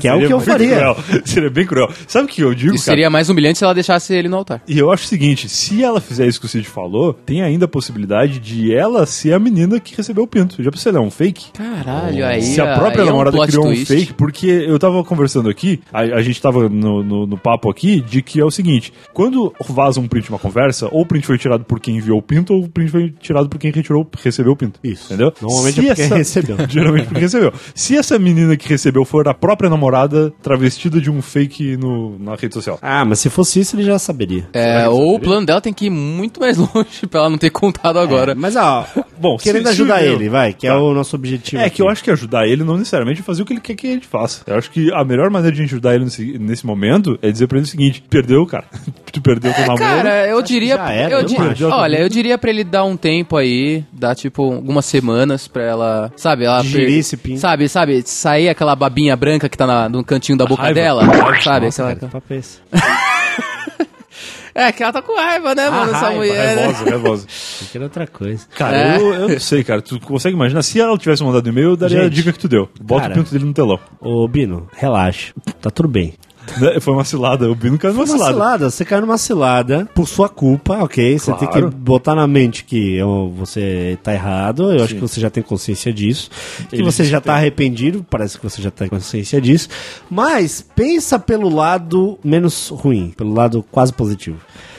[SPEAKER 3] Que é o
[SPEAKER 2] Seria
[SPEAKER 3] que eu
[SPEAKER 2] bem
[SPEAKER 3] faria.
[SPEAKER 2] cruel. Seria bem cruel. Sabe o que eu digo,
[SPEAKER 4] Isso
[SPEAKER 2] cara?
[SPEAKER 4] seria mais humilhante se ela deixasse ele no altar.
[SPEAKER 2] E eu acho o seguinte, se ela fizer isso que o Cid falou, tem ainda a possibilidade de ela ser a menina que recebeu o pinto. Já pensou, ela é um fake?
[SPEAKER 4] Caralho, aí.
[SPEAKER 2] se a
[SPEAKER 4] aí
[SPEAKER 2] própria
[SPEAKER 4] é um
[SPEAKER 2] namorada
[SPEAKER 4] plot
[SPEAKER 2] criou
[SPEAKER 4] twist.
[SPEAKER 2] um fake, porque eu tava conversando aqui, a, a gente tava no, no- no papo aqui, de que é o seguinte: quando vaza um print de uma conversa, ou o print foi tirado por quem enviou o pinto, ou o print foi tirado por quem retirou, recebeu o pinto.
[SPEAKER 3] Isso.
[SPEAKER 2] Entendeu?
[SPEAKER 3] Normalmente
[SPEAKER 2] Se
[SPEAKER 3] é porque recebeu.
[SPEAKER 2] Geralmente é porque recebeu. Se essa menina que recebeu for a própria namorada travestida de um fake no- na rede social.
[SPEAKER 3] Ah, mas se fosse isso, ele já saberia.
[SPEAKER 4] É, ou o plano dela tem que ir muito mais longe pra ela não ter contado agora.
[SPEAKER 3] É, mas, ó,
[SPEAKER 2] Bom,
[SPEAKER 3] querendo
[SPEAKER 2] se- se viu-
[SPEAKER 3] ajudar
[SPEAKER 2] Tá.
[SPEAKER 3] ele, vai, que é o nosso objetivo.
[SPEAKER 2] É que eu
[SPEAKER 3] aqui.
[SPEAKER 2] acho que ajudar ele não necessariamente é fazer o que ele quer que ele faça. Eu acho que a melhor maneira de ajudar ele nesse, nesse momento é dizer pra ele o seguinte: perdeu, cara. tu perdeu teu namoro.
[SPEAKER 4] Cara, eu diria.
[SPEAKER 3] já era,
[SPEAKER 4] eu
[SPEAKER 3] eu
[SPEAKER 4] di-
[SPEAKER 3] acho.
[SPEAKER 4] Olha, eu diria pra ele dar um tempo aí, dar tipo algumas semanas pra ela. Sabe, ela.
[SPEAKER 3] Digerir
[SPEAKER 4] per-
[SPEAKER 3] esse pinto.
[SPEAKER 4] Sabe, sabe, sair aquela babinha branca que tá na- no cantinho da boca
[SPEAKER 2] raiva.
[SPEAKER 4] dela. Sabe?
[SPEAKER 3] Nossa,
[SPEAKER 4] aquela-
[SPEAKER 3] cara, que papo é esse?
[SPEAKER 4] É, que ela tá com raiva, né, mano? Essa
[SPEAKER 3] raiva,
[SPEAKER 4] mulher. né?
[SPEAKER 2] Raivosa, raivosa.
[SPEAKER 3] Eu quero outra coisa.
[SPEAKER 2] Cara,
[SPEAKER 4] É.
[SPEAKER 2] eu, eu não sei, cara. Tu consegue imaginar? Se ela tivesse mandado e-mail, eu daria a
[SPEAKER 3] Gente,
[SPEAKER 2] dica que tu deu. Bota
[SPEAKER 3] cara.
[SPEAKER 2] o pinto dele no telão.
[SPEAKER 3] Ô, Bino, relaxa. Tá tudo bem.
[SPEAKER 2] Né? Foi uma cilada. O Bino caiu numa
[SPEAKER 3] Uma cilada.
[SPEAKER 2] cilada.
[SPEAKER 3] Você caiu numa cilada por sua culpa, ok? Você tem
[SPEAKER 2] Claro.
[SPEAKER 3] que botar na mente que eu- você tá errado. Eu acho
[SPEAKER 2] Sim.
[SPEAKER 3] que você já tem consciência disso. Que
[SPEAKER 2] Ele
[SPEAKER 3] você
[SPEAKER 2] disse
[SPEAKER 3] já
[SPEAKER 2] que
[SPEAKER 3] tá arrependido. Parece que você já tá em consciência disso. Mas pensa pelo lado menos ruim, pelo lado quase positivo.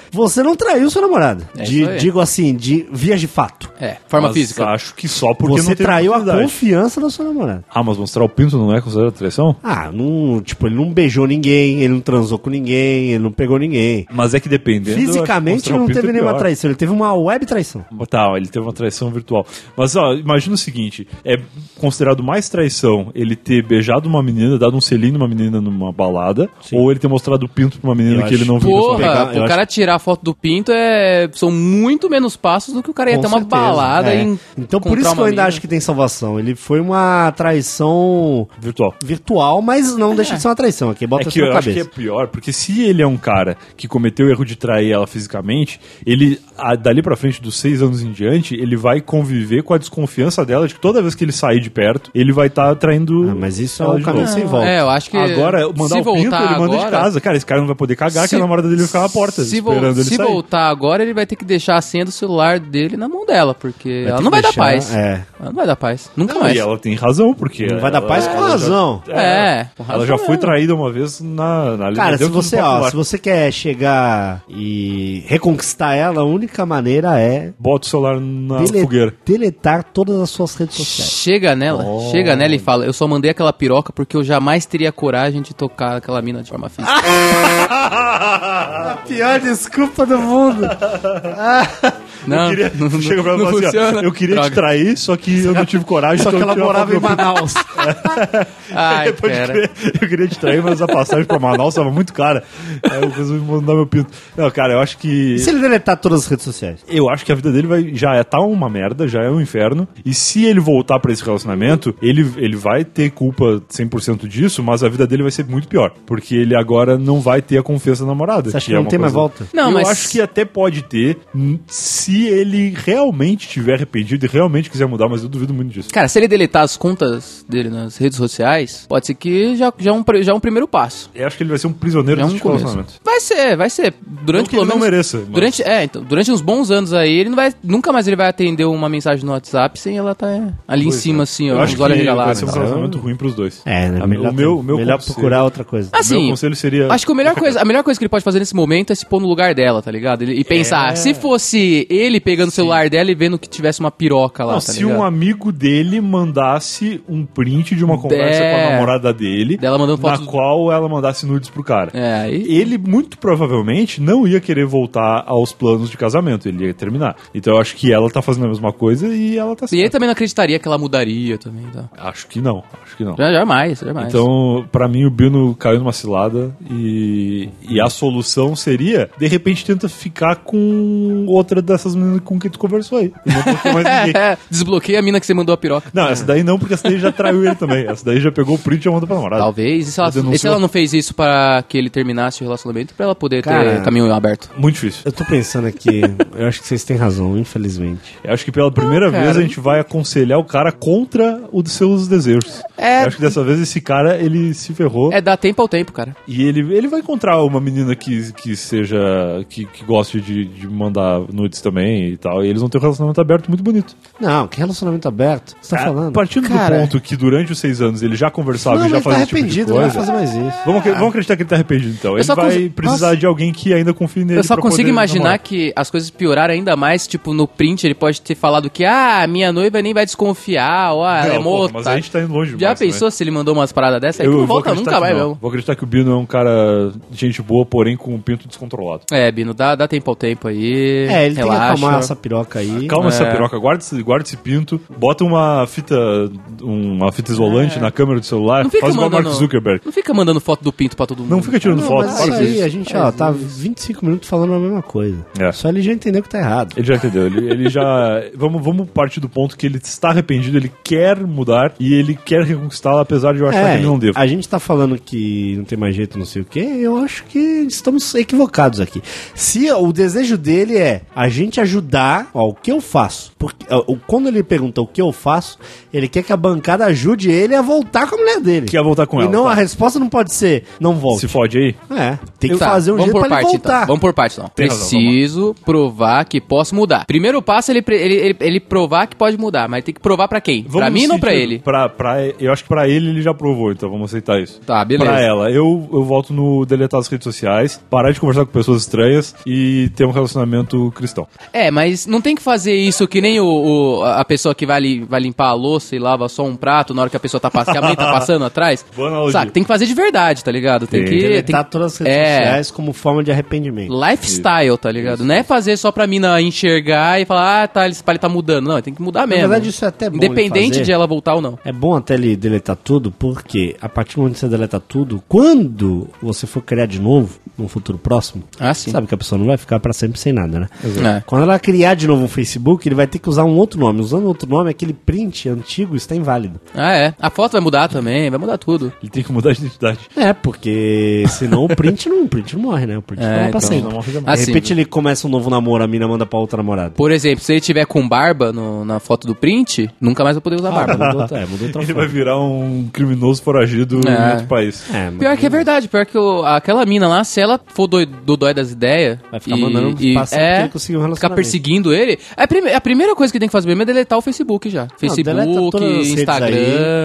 [SPEAKER 3] Você não traiu sua namorada.
[SPEAKER 4] É
[SPEAKER 3] De-
[SPEAKER 4] isso aí.
[SPEAKER 3] digo assim, de vias de fato.
[SPEAKER 4] É, forma
[SPEAKER 2] Mas
[SPEAKER 4] física.
[SPEAKER 2] Acho que só porque
[SPEAKER 3] você
[SPEAKER 2] não teve
[SPEAKER 3] traiu a
[SPEAKER 2] oportunidade.
[SPEAKER 3] confiança da sua namorada.
[SPEAKER 2] Ah, mas mostrar o pinto não é considerado traição?
[SPEAKER 3] Ah, não, tipo, ele não beijou ninguém, ele não transou com ninguém, ele não pegou ninguém.
[SPEAKER 2] Mas é que dependendo.
[SPEAKER 3] Fisicamente
[SPEAKER 2] mostrar
[SPEAKER 4] um
[SPEAKER 2] o
[SPEAKER 3] não
[SPEAKER 2] pinto
[SPEAKER 3] teve
[SPEAKER 2] é
[SPEAKER 3] nenhuma
[SPEAKER 2] pior.
[SPEAKER 3] traição, ele teve uma web traição.
[SPEAKER 2] Tá, ele teve uma traição virtual. Mas ó, imagina o seguinte: é considerado mais traição ele ter beijado uma menina, dado um selinho numa menina numa balada, ou ele ter mostrado o pinto pra uma menina
[SPEAKER 3] Eu
[SPEAKER 2] que ele
[SPEAKER 3] acho-
[SPEAKER 2] não viu
[SPEAKER 4] Porra,
[SPEAKER 3] pegar- eu
[SPEAKER 4] o cara tirar a foto do pinto é. São muito menos passos do que o cara ia
[SPEAKER 3] Com
[SPEAKER 4] ter uma
[SPEAKER 3] certeza,
[SPEAKER 4] balada
[SPEAKER 3] é.
[SPEAKER 4] em.
[SPEAKER 3] Então por isso que eu ainda acho que tem salvação. Ele foi uma traição
[SPEAKER 2] virtual.
[SPEAKER 3] virtual, mas não deixa de ser uma traição aqui.
[SPEAKER 2] É
[SPEAKER 3] Bota
[SPEAKER 2] que
[SPEAKER 3] isso na
[SPEAKER 2] eu acho que é
[SPEAKER 3] cabeça.
[SPEAKER 2] pior, porque se ele é um cara que cometeu o erro de trair ela fisicamente, ele, a- dali pra frente, dos seis anos em diante, ele vai conviver com a desconfiança dela de que toda vez que ele sair de perto, ele vai estar traindo.
[SPEAKER 3] Ah, mas isso é
[SPEAKER 2] ela
[SPEAKER 3] um
[SPEAKER 2] de
[SPEAKER 3] caminho
[SPEAKER 2] novo.
[SPEAKER 3] sem volta.
[SPEAKER 4] É, eu acho que.
[SPEAKER 2] Agora, mandar
[SPEAKER 4] se
[SPEAKER 2] o pinto, ele
[SPEAKER 4] voltar
[SPEAKER 2] manda de
[SPEAKER 4] agora-
[SPEAKER 2] casa. Cara, esse cara não vai poder cagar,
[SPEAKER 4] Se-
[SPEAKER 2] que é a namorada dele vai ficar na porta,
[SPEAKER 4] se vol-
[SPEAKER 2] esperando ele
[SPEAKER 4] se
[SPEAKER 2] sair.
[SPEAKER 4] voltar agora, ele vai ter que deixar a senha do celular dele na mão dela, porque ela não vai dar paz.
[SPEAKER 3] É.
[SPEAKER 4] Ela não vai dar paz. Nunca
[SPEAKER 2] Não,
[SPEAKER 4] mais.
[SPEAKER 2] e ela tem razão, porque.
[SPEAKER 3] Não vai dar
[SPEAKER 2] ela-
[SPEAKER 3] paz com
[SPEAKER 2] ela já-
[SPEAKER 3] razão.
[SPEAKER 4] É, com razão
[SPEAKER 2] Ela já foi
[SPEAKER 4] mesmo.
[SPEAKER 2] traída uma vez na, na
[SPEAKER 3] Cara, se
[SPEAKER 2] dentro do
[SPEAKER 3] você, ó,
[SPEAKER 2] popular.
[SPEAKER 3] se você quer chegar e reconquistar ela, a única maneira é
[SPEAKER 2] Bota o celular na
[SPEAKER 3] dele-
[SPEAKER 2] fogueira.
[SPEAKER 3] deletar todas as suas redes sociais.
[SPEAKER 4] Chega nela, chega nela
[SPEAKER 2] Oh.
[SPEAKER 4] e fala: Eu só mandei aquela piroca porque eu jamais teria coragem de tocar aquela mina de forma
[SPEAKER 2] Ah,
[SPEAKER 4] física.
[SPEAKER 3] Pior desculpa do mundo.
[SPEAKER 4] não,
[SPEAKER 2] Eu queria,
[SPEAKER 4] não, não,
[SPEAKER 2] chega pra ela e
[SPEAKER 4] não
[SPEAKER 2] fala assim, ó,
[SPEAKER 4] funciona.
[SPEAKER 2] eu queria te
[SPEAKER 4] Droga.
[SPEAKER 2] trair, só que eu não tive coragem.
[SPEAKER 3] Só que
[SPEAKER 2] então
[SPEAKER 3] ela
[SPEAKER 2] eu tirei uma
[SPEAKER 3] morava em
[SPEAKER 2] foto do meu-
[SPEAKER 3] Manaus.
[SPEAKER 4] Ai,
[SPEAKER 2] Pode
[SPEAKER 4] cara.
[SPEAKER 2] crer. Eu queria te trair, mas a passagem pra Manaus tava muito cara. Aí eu resolvi mandar meu pinto. Não, cara, eu acho que.
[SPEAKER 3] E se ele deletar todas as redes sociais?
[SPEAKER 2] Eu acho que a vida dele vai, já é, tá uma merda, já é um inferno. E se ele voltar pra esse relacionamento, ele, ele vai ter culpa 100% disso, mas a vida dele vai ser muito pior. Porque ele agora não vai ter a confiança da namorada.
[SPEAKER 3] Você acha que não
[SPEAKER 2] é uma
[SPEAKER 3] tem mais
[SPEAKER 2] coisa-
[SPEAKER 3] volta?
[SPEAKER 4] Não,
[SPEAKER 2] eu
[SPEAKER 4] mas-
[SPEAKER 2] acho que até pode ter, hum, se ele realmente tiver arrependido e realmente quiser mudar, mas eu duvido muito disso.
[SPEAKER 4] Cara, se ele deletar as contas dele nas redes sociais, pode ser que já, já, é, um, pre- já é um primeiro passo.
[SPEAKER 2] Eu acho que ele vai ser um prisioneiro
[SPEAKER 4] Já é um
[SPEAKER 2] desse
[SPEAKER 4] começo.
[SPEAKER 2] relacionamento.
[SPEAKER 4] Vai ser, vai ser. Durante
[SPEAKER 2] que
[SPEAKER 4] pelo
[SPEAKER 2] ele não
[SPEAKER 4] menos.
[SPEAKER 2] mereça, mas-
[SPEAKER 4] durante, é, então, durante uns bons anos aí, ele não vai. Nunca mais ele vai atender uma mensagem no WhatsApp sem ela tá é, ali em cima, assim, ó, com os
[SPEAKER 2] acho que
[SPEAKER 4] olhos
[SPEAKER 2] vai
[SPEAKER 4] regalados.
[SPEAKER 2] ser um
[SPEAKER 4] e tal.
[SPEAKER 2] relacionamento ruim pros dois.
[SPEAKER 3] É, né?
[SPEAKER 2] A-
[SPEAKER 3] melhor,
[SPEAKER 2] o meu, o meu
[SPEAKER 3] melhor
[SPEAKER 2] conselho-
[SPEAKER 3] procurar outra coisa.
[SPEAKER 4] Assim,
[SPEAKER 2] meu conselho seria.
[SPEAKER 4] Acho que a melhor, coisa, a melhor coisa que ele pode fazer nesse momento é se pôr no lugar dela, tá ligado? Ele- e
[SPEAKER 2] É.
[SPEAKER 4] pensar, se fosse ele pegando o celular dela e vendo que tivesse uma piroca lá,
[SPEAKER 2] Não,
[SPEAKER 4] tá
[SPEAKER 2] se
[SPEAKER 4] ligado?
[SPEAKER 2] um amigo dele mandasse um print de uma conversa
[SPEAKER 4] É.
[SPEAKER 2] com a namorada dele,
[SPEAKER 4] Dela mandando
[SPEAKER 2] na
[SPEAKER 4] foto do-
[SPEAKER 2] qual ela mandasse nudes pro cara.
[SPEAKER 4] É, aí...
[SPEAKER 2] Ele muito provavelmente não ia querer voltar aos planos de casamento, ele ia terminar. Então eu acho que ela tá fazendo a mesma coisa e ela tá
[SPEAKER 4] E assim, ele
[SPEAKER 2] certa.
[SPEAKER 4] também não acreditaria que ela mudaria também, tá?
[SPEAKER 2] Acho que não, acho que não.
[SPEAKER 4] Já, jamais, jamais.
[SPEAKER 2] Então, pra mim, o Bino caiu numa cilada e, e a solução seria, de repente, tenta ficar com outra dessas meninas com quem tu conversou aí. Não porque mais ninguém.
[SPEAKER 4] Desbloqueia a mina que você mandou a piroca.
[SPEAKER 2] Não, essa daí não, porque essa daí já traiu ele também. Essa daí já pegou o print e já mandou pra namorada.
[SPEAKER 4] Talvez. E se, ela,
[SPEAKER 2] Denunciou.
[SPEAKER 4] e se ela não fez isso pra que ele terminasse o relacionamento, pra ela poder
[SPEAKER 3] Cara.
[SPEAKER 4] ter caminho aberto?
[SPEAKER 2] Tá Muito difícil.
[SPEAKER 3] Eu tô pensando aqui, eu acho que vocês têm razão, infelizmente.
[SPEAKER 2] Eu acho que pela primeira
[SPEAKER 4] cara,
[SPEAKER 2] vez a
[SPEAKER 4] não
[SPEAKER 2] gente vai aconselhar o cara contra os seus desejos.
[SPEAKER 4] É.
[SPEAKER 2] Eu acho que dessa vez esse cara, ele se ferrou
[SPEAKER 4] É dar tempo ao tempo, cara.
[SPEAKER 2] e ele, ele vai encontrar uma menina que, que seja. que, que goste de, de mandar nudes também e tal. E eles vão ter um relacionamento aberto muito bonito.
[SPEAKER 3] Não, que relacionamento aberto? Você tá
[SPEAKER 2] Ah,
[SPEAKER 3] falando?
[SPEAKER 2] Partindo
[SPEAKER 4] Cara.
[SPEAKER 2] do ponto que durante os seis anos ele já conversava
[SPEAKER 3] Não,
[SPEAKER 2] e já
[SPEAKER 3] ele tá
[SPEAKER 2] fazia esse tipo de
[SPEAKER 3] arrependido, não vai
[SPEAKER 2] coisa.
[SPEAKER 3] fazer mais isso.
[SPEAKER 2] Vamos, acre- vamos acreditar que ele tá arrependido, então. Ele
[SPEAKER 4] só
[SPEAKER 2] vai
[SPEAKER 4] cons-
[SPEAKER 2] precisar
[SPEAKER 4] Nossa.
[SPEAKER 2] de alguém que ainda confie nele.
[SPEAKER 4] Eu só
[SPEAKER 2] pra
[SPEAKER 4] consigo
[SPEAKER 2] poder
[SPEAKER 4] imaginar
[SPEAKER 2] namorar.
[SPEAKER 4] que as coisas pioraram ainda mais, tipo, no print ele pode ter falado que, ah, minha noiva nem vai desconfiar, ó, ela é
[SPEAKER 2] Não, porra,
[SPEAKER 4] morta.
[SPEAKER 2] mas a gente tá indo longe
[SPEAKER 4] Já
[SPEAKER 2] demais,
[SPEAKER 4] pensou se ele mandou umas paradas dessa? Aí
[SPEAKER 2] Eu
[SPEAKER 4] tu não
[SPEAKER 2] vou
[SPEAKER 4] volta
[SPEAKER 2] acreditar
[SPEAKER 4] nunca
[SPEAKER 2] que
[SPEAKER 4] mais,
[SPEAKER 2] não.
[SPEAKER 4] mesmo.
[SPEAKER 2] Vou acreditar que o Bino é um cara de gente boa, porém com um pinto descontrolado.
[SPEAKER 4] É, Bino, dá, dá tempo ao tempo aí.
[SPEAKER 3] É, ele tem que
[SPEAKER 4] relaxa.
[SPEAKER 3] acalmar essa piroca aí.
[SPEAKER 2] Calma
[SPEAKER 4] É.
[SPEAKER 2] essa piroca, guarda esse, guarda esse pinto, bota uma fita uma fita isolante na câmera do celular,
[SPEAKER 4] É. Não fica
[SPEAKER 2] faz igual o
[SPEAKER 4] mandando-
[SPEAKER 2] Mark Zuckerberg.
[SPEAKER 4] Não fica mandando foto do pinto pra todo mundo. é
[SPEAKER 2] Não fica tirando
[SPEAKER 3] Não,
[SPEAKER 2] foto,
[SPEAKER 3] mas
[SPEAKER 2] para
[SPEAKER 3] isso
[SPEAKER 2] com
[SPEAKER 3] aí,
[SPEAKER 2] isso.
[SPEAKER 3] a gente ó, tá 25 minutos falando a mesma coisa.
[SPEAKER 2] É.
[SPEAKER 3] Só ele já entendeu que tá errado.
[SPEAKER 2] Ele já entendeu, ele, ele já. Vamos, vamos partir do ponto que ele está arrependido, ele quer mudar e ele quer reconquistá-la, apesar de eu
[SPEAKER 4] É.
[SPEAKER 2] achar que ele não deva.
[SPEAKER 3] É, a gente tá falando que não tem mais jeito, não sei o quê. Eu acho que estamos equivocados aqui. Se o desejo dele é a gente ajudar, ó, o que eu faço? Porque ó, o- quando ele pergunta o que eu faço, ele quer que a bancada ajude ele a voltar com a mulher dele.
[SPEAKER 2] Quer voltar com
[SPEAKER 3] e
[SPEAKER 2] ela,
[SPEAKER 3] não,
[SPEAKER 2] tá.
[SPEAKER 3] a resposta não pode ser não volte.
[SPEAKER 2] Se fode aí?
[SPEAKER 3] É, tem que
[SPEAKER 4] Tá,
[SPEAKER 3] fazer um
[SPEAKER 4] vamos
[SPEAKER 3] jeito
[SPEAKER 4] por
[SPEAKER 3] pra ele
[SPEAKER 4] parte,
[SPEAKER 3] voltar.
[SPEAKER 4] Então. Vamos por parte, então.
[SPEAKER 2] Tem razão,
[SPEAKER 4] Preciso provar que posso mudar. Primeiro passo é ele, pre- ele, ele, ele provar que pode mudar, mas tem que provar pra quem?
[SPEAKER 2] Vamos
[SPEAKER 4] pra
[SPEAKER 2] no
[SPEAKER 4] mim ou não
[SPEAKER 2] sentido-
[SPEAKER 4] pra ele?
[SPEAKER 2] Pra, pra, eu acho que pra ele ele já provou, então vamos aceitar isso.
[SPEAKER 4] Tá, beleza.
[SPEAKER 2] Pra ela, eu, eu volto no deletar as redes sociais, parar de conversar com pessoas estranhas e ter um relacionamento cristão.
[SPEAKER 4] É, mas não tem que fazer isso que nem o, o- a pessoa que vai, li- vai limpar a louça e lava só um prato na hora que a pessoa tá passando, que a mãe tá passando atrás.
[SPEAKER 2] Boa analogia.
[SPEAKER 4] Saca, tem que fazer de verdade, tá ligado? Tem,
[SPEAKER 2] Tem. tá-
[SPEAKER 4] que...
[SPEAKER 3] Deletar
[SPEAKER 4] tem que-
[SPEAKER 3] todas as redes
[SPEAKER 4] É.
[SPEAKER 3] sociais como forma de arrependimento.
[SPEAKER 4] Lifestyle, tá ligado? Não é fazer só pra mina enxergar e falar, ah, tá, ele, ele tá mudando. Não, tem que mudar mesmo.
[SPEAKER 3] verdade, isso é até bom ele
[SPEAKER 4] Independente
[SPEAKER 3] fazer.
[SPEAKER 4] de ela voltar ou não.
[SPEAKER 3] É bom até ele deletar tudo, porque a partir do momento que você deleta tudo, quando você for criar de novo, num futuro próximo,
[SPEAKER 4] Ah, sim.
[SPEAKER 3] sabe que a pessoa não vai ficar pra sempre sem nada, né?
[SPEAKER 4] Exato. É.
[SPEAKER 3] Quando ela criar de novo um Facebook, ele vai ter que usar um outro nome. Usando outro nome, aquele print antigo está inválido.
[SPEAKER 4] Ah, é. A foto vai mudar também, vai mudar tudo.
[SPEAKER 2] Ele tem que mudar de identidade.
[SPEAKER 3] É, porque senão o print não, o print não morre, né? O print
[SPEAKER 4] É,
[SPEAKER 3] não morre pra
[SPEAKER 4] então.
[SPEAKER 3] sempre.
[SPEAKER 2] Não morre jamais.
[SPEAKER 3] de
[SPEAKER 4] Assim,
[SPEAKER 3] repente ele começa um novo namoro, a mina manda pra outra namorada.
[SPEAKER 4] Por exemplo, se ele tiver com barba no- na foto do print, nunca mais vai poder usar barba.
[SPEAKER 3] mudou, outra- é, mudou outra
[SPEAKER 2] Ele
[SPEAKER 3] forma.
[SPEAKER 2] vai virar um criminoso foragido
[SPEAKER 4] É.
[SPEAKER 2] em outro país.
[SPEAKER 3] É,
[SPEAKER 4] Pior que é verdade, pior que o- aquela mina lá, se ela for do, dodói das ideias é,
[SPEAKER 3] Vai ficar mandando passar porque ele conseguiu um
[SPEAKER 4] ficar
[SPEAKER 3] relacionamento.
[SPEAKER 4] perseguindo ele, a, prime- a primeira é coisa que tem que fazer mesmo é deletar o Facebook já.
[SPEAKER 3] deleta
[SPEAKER 4] Facebook,
[SPEAKER 3] todas as redes
[SPEAKER 4] Instagram.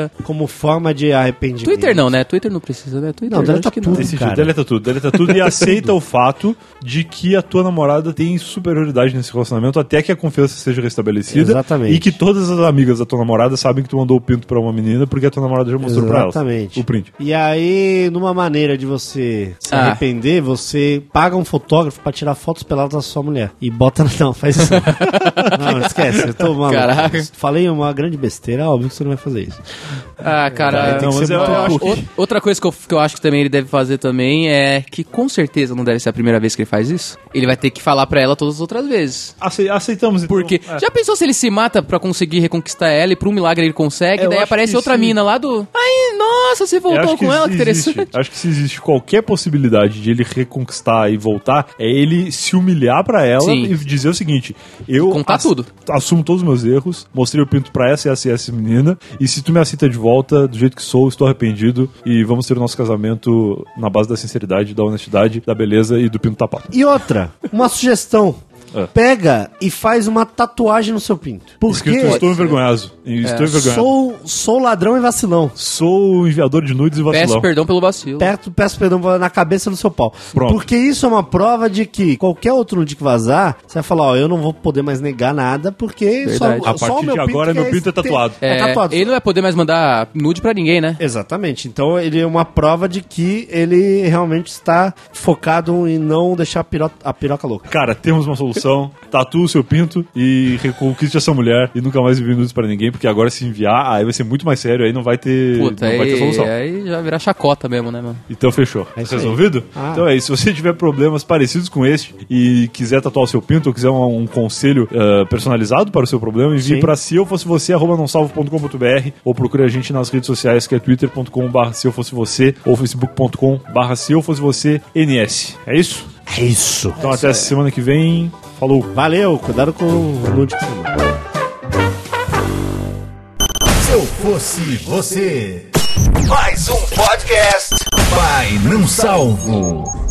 [SPEAKER 3] aí como forma de arrependimento.
[SPEAKER 4] Twitter não, né? Twitter não precisa, né? Twitter
[SPEAKER 3] Não, deleta
[SPEAKER 4] acho que
[SPEAKER 3] tudo.
[SPEAKER 2] Decide,
[SPEAKER 3] cara.
[SPEAKER 2] deleta tudo, deleta tudo e aceita o fato de que a tua namorada tem superioridade nesse relacionamento até que a confiança seja restabelecida.
[SPEAKER 3] Exatamente.
[SPEAKER 2] E que todas as amigas da tua namorada sabem que tu mandou o pinto pra uma menina porque a tua namorada já mostrou pra ela.
[SPEAKER 3] Exatamente.
[SPEAKER 2] O print.
[SPEAKER 3] E aí, numa maneira de você se
[SPEAKER 4] Ah.
[SPEAKER 3] arrepender, você paga um fotógrafo pra tirar fotos peladas da sua mulher. E bota na. Não, faz isso. não, esquece. Eu tô maluco.
[SPEAKER 4] Caraca.
[SPEAKER 3] Falei uma grande besteira, é óbvio que você não vai fazer isso.
[SPEAKER 4] Ah, cara.
[SPEAKER 2] Não, mas
[SPEAKER 3] ser
[SPEAKER 2] eu,
[SPEAKER 3] muito
[SPEAKER 2] eu acho
[SPEAKER 3] pouco.
[SPEAKER 2] que
[SPEAKER 4] o- Outra coisa que eu, que eu acho que também ele deve fazer também é que com certeza não deve ser a primeira vez que ele faz isso. Ele vai ter que falar pra ela todas as outras vezes.
[SPEAKER 2] acei- aceitamos. então.
[SPEAKER 4] Porque
[SPEAKER 2] É.
[SPEAKER 4] já pensou se ele se mata pra conseguir reconquistar ela e por um milagre ele consegue,
[SPEAKER 2] É, eu
[SPEAKER 4] daí
[SPEAKER 2] acho
[SPEAKER 4] aparece
[SPEAKER 2] que
[SPEAKER 4] outra
[SPEAKER 2] sim.
[SPEAKER 4] mina lá do. Ai, nossa, você
[SPEAKER 2] Eu
[SPEAKER 4] voltou
[SPEAKER 2] acho
[SPEAKER 4] com ela, que
[SPEAKER 2] se existe-
[SPEAKER 4] interessante.
[SPEAKER 2] Acho que se existe qualquer possibilidade de ele reconquistar e voltar, é ele se humilhar pra ela
[SPEAKER 4] Sim.
[SPEAKER 2] e dizer o seguinte: eu
[SPEAKER 4] Contar tudo.
[SPEAKER 2] assumo todos os meus erros, mostrei o pinto pra essa e essa e essa menina, e se tu me aceita de volta do jeito que sou, estou arrependido e vamos ter o nosso casamento na base da sinceridade, da honestidade, da beleza e do pinto tapado.
[SPEAKER 3] E outra, uma sugestão.
[SPEAKER 2] É.
[SPEAKER 3] Pega e faz uma tatuagem no seu pinto. Porque
[SPEAKER 2] Escrito, estou envergonhado.
[SPEAKER 4] É.
[SPEAKER 2] Estou envergonhado. Sou...
[SPEAKER 3] sou, sou ladrão e vacilão.
[SPEAKER 2] Sou enviador de nudes e
[SPEAKER 4] Peço
[SPEAKER 2] vacilão.
[SPEAKER 4] perdão pelo vacilo.
[SPEAKER 3] Perto, peço perdão na cabeça do seu pau.
[SPEAKER 2] Pronto.
[SPEAKER 3] Porque isso é uma prova de que qualquer outro nude que vazar, você vai falar, ó, eu não vou poder mais negar nada, porque só,
[SPEAKER 4] Verdade.
[SPEAKER 2] A
[SPEAKER 3] só
[SPEAKER 2] partir
[SPEAKER 3] o meu
[SPEAKER 2] de
[SPEAKER 3] pinto
[SPEAKER 2] agora,
[SPEAKER 3] que
[SPEAKER 2] meu pinto é
[SPEAKER 3] este-
[SPEAKER 2] tatuado.
[SPEAKER 4] É,
[SPEAKER 3] É, tatuado.
[SPEAKER 4] ele não vai poder mais mandar nude pra ninguém, né?
[SPEAKER 3] Exatamente. Então ele é uma prova de que ele realmente está focado em não deixar a piro- a piroca louca.
[SPEAKER 2] Cara, temos uma solução. Tatua o seu pinto e reconquiste essa mulher e nunca mais envie nudes pra ninguém, porque agora se enviar, aí vai ser muito mais sério, aí não vai ter,
[SPEAKER 4] Puta,
[SPEAKER 2] não vai ter
[SPEAKER 4] aí,
[SPEAKER 2] solução.
[SPEAKER 4] aí já virar chacota mesmo, né, mano?
[SPEAKER 2] Então fechou.
[SPEAKER 3] É isso aí.
[SPEAKER 2] Resolvido?
[SPEAKER 3] Ah.
[SPEAKER 2] Então é isso. Se você tiver problemas parecidos com este e quiser tatuar o seu pinto ou quiser um, um conselho eh, personalizado para o seu problema, envie
[SPEAKER 3] Sim.
[SPEAKER 2] para se eu fosse você, arroba nãosalvo.com.br ou procure a gente nas redes sociais que é twitter.com barra se eu fosse você ou facebook.com barra se eu fosse você NS. É isso?
[SPEAKER 3] É isso.
[SPEAKER 2] Então até semana que vem. Falou!
[SPEAKER 3] Valeu, cuidado com o nude que você manda.
[SPEAKER 1] Se eu fosse você. Mais um podcast. Pai, não salvo.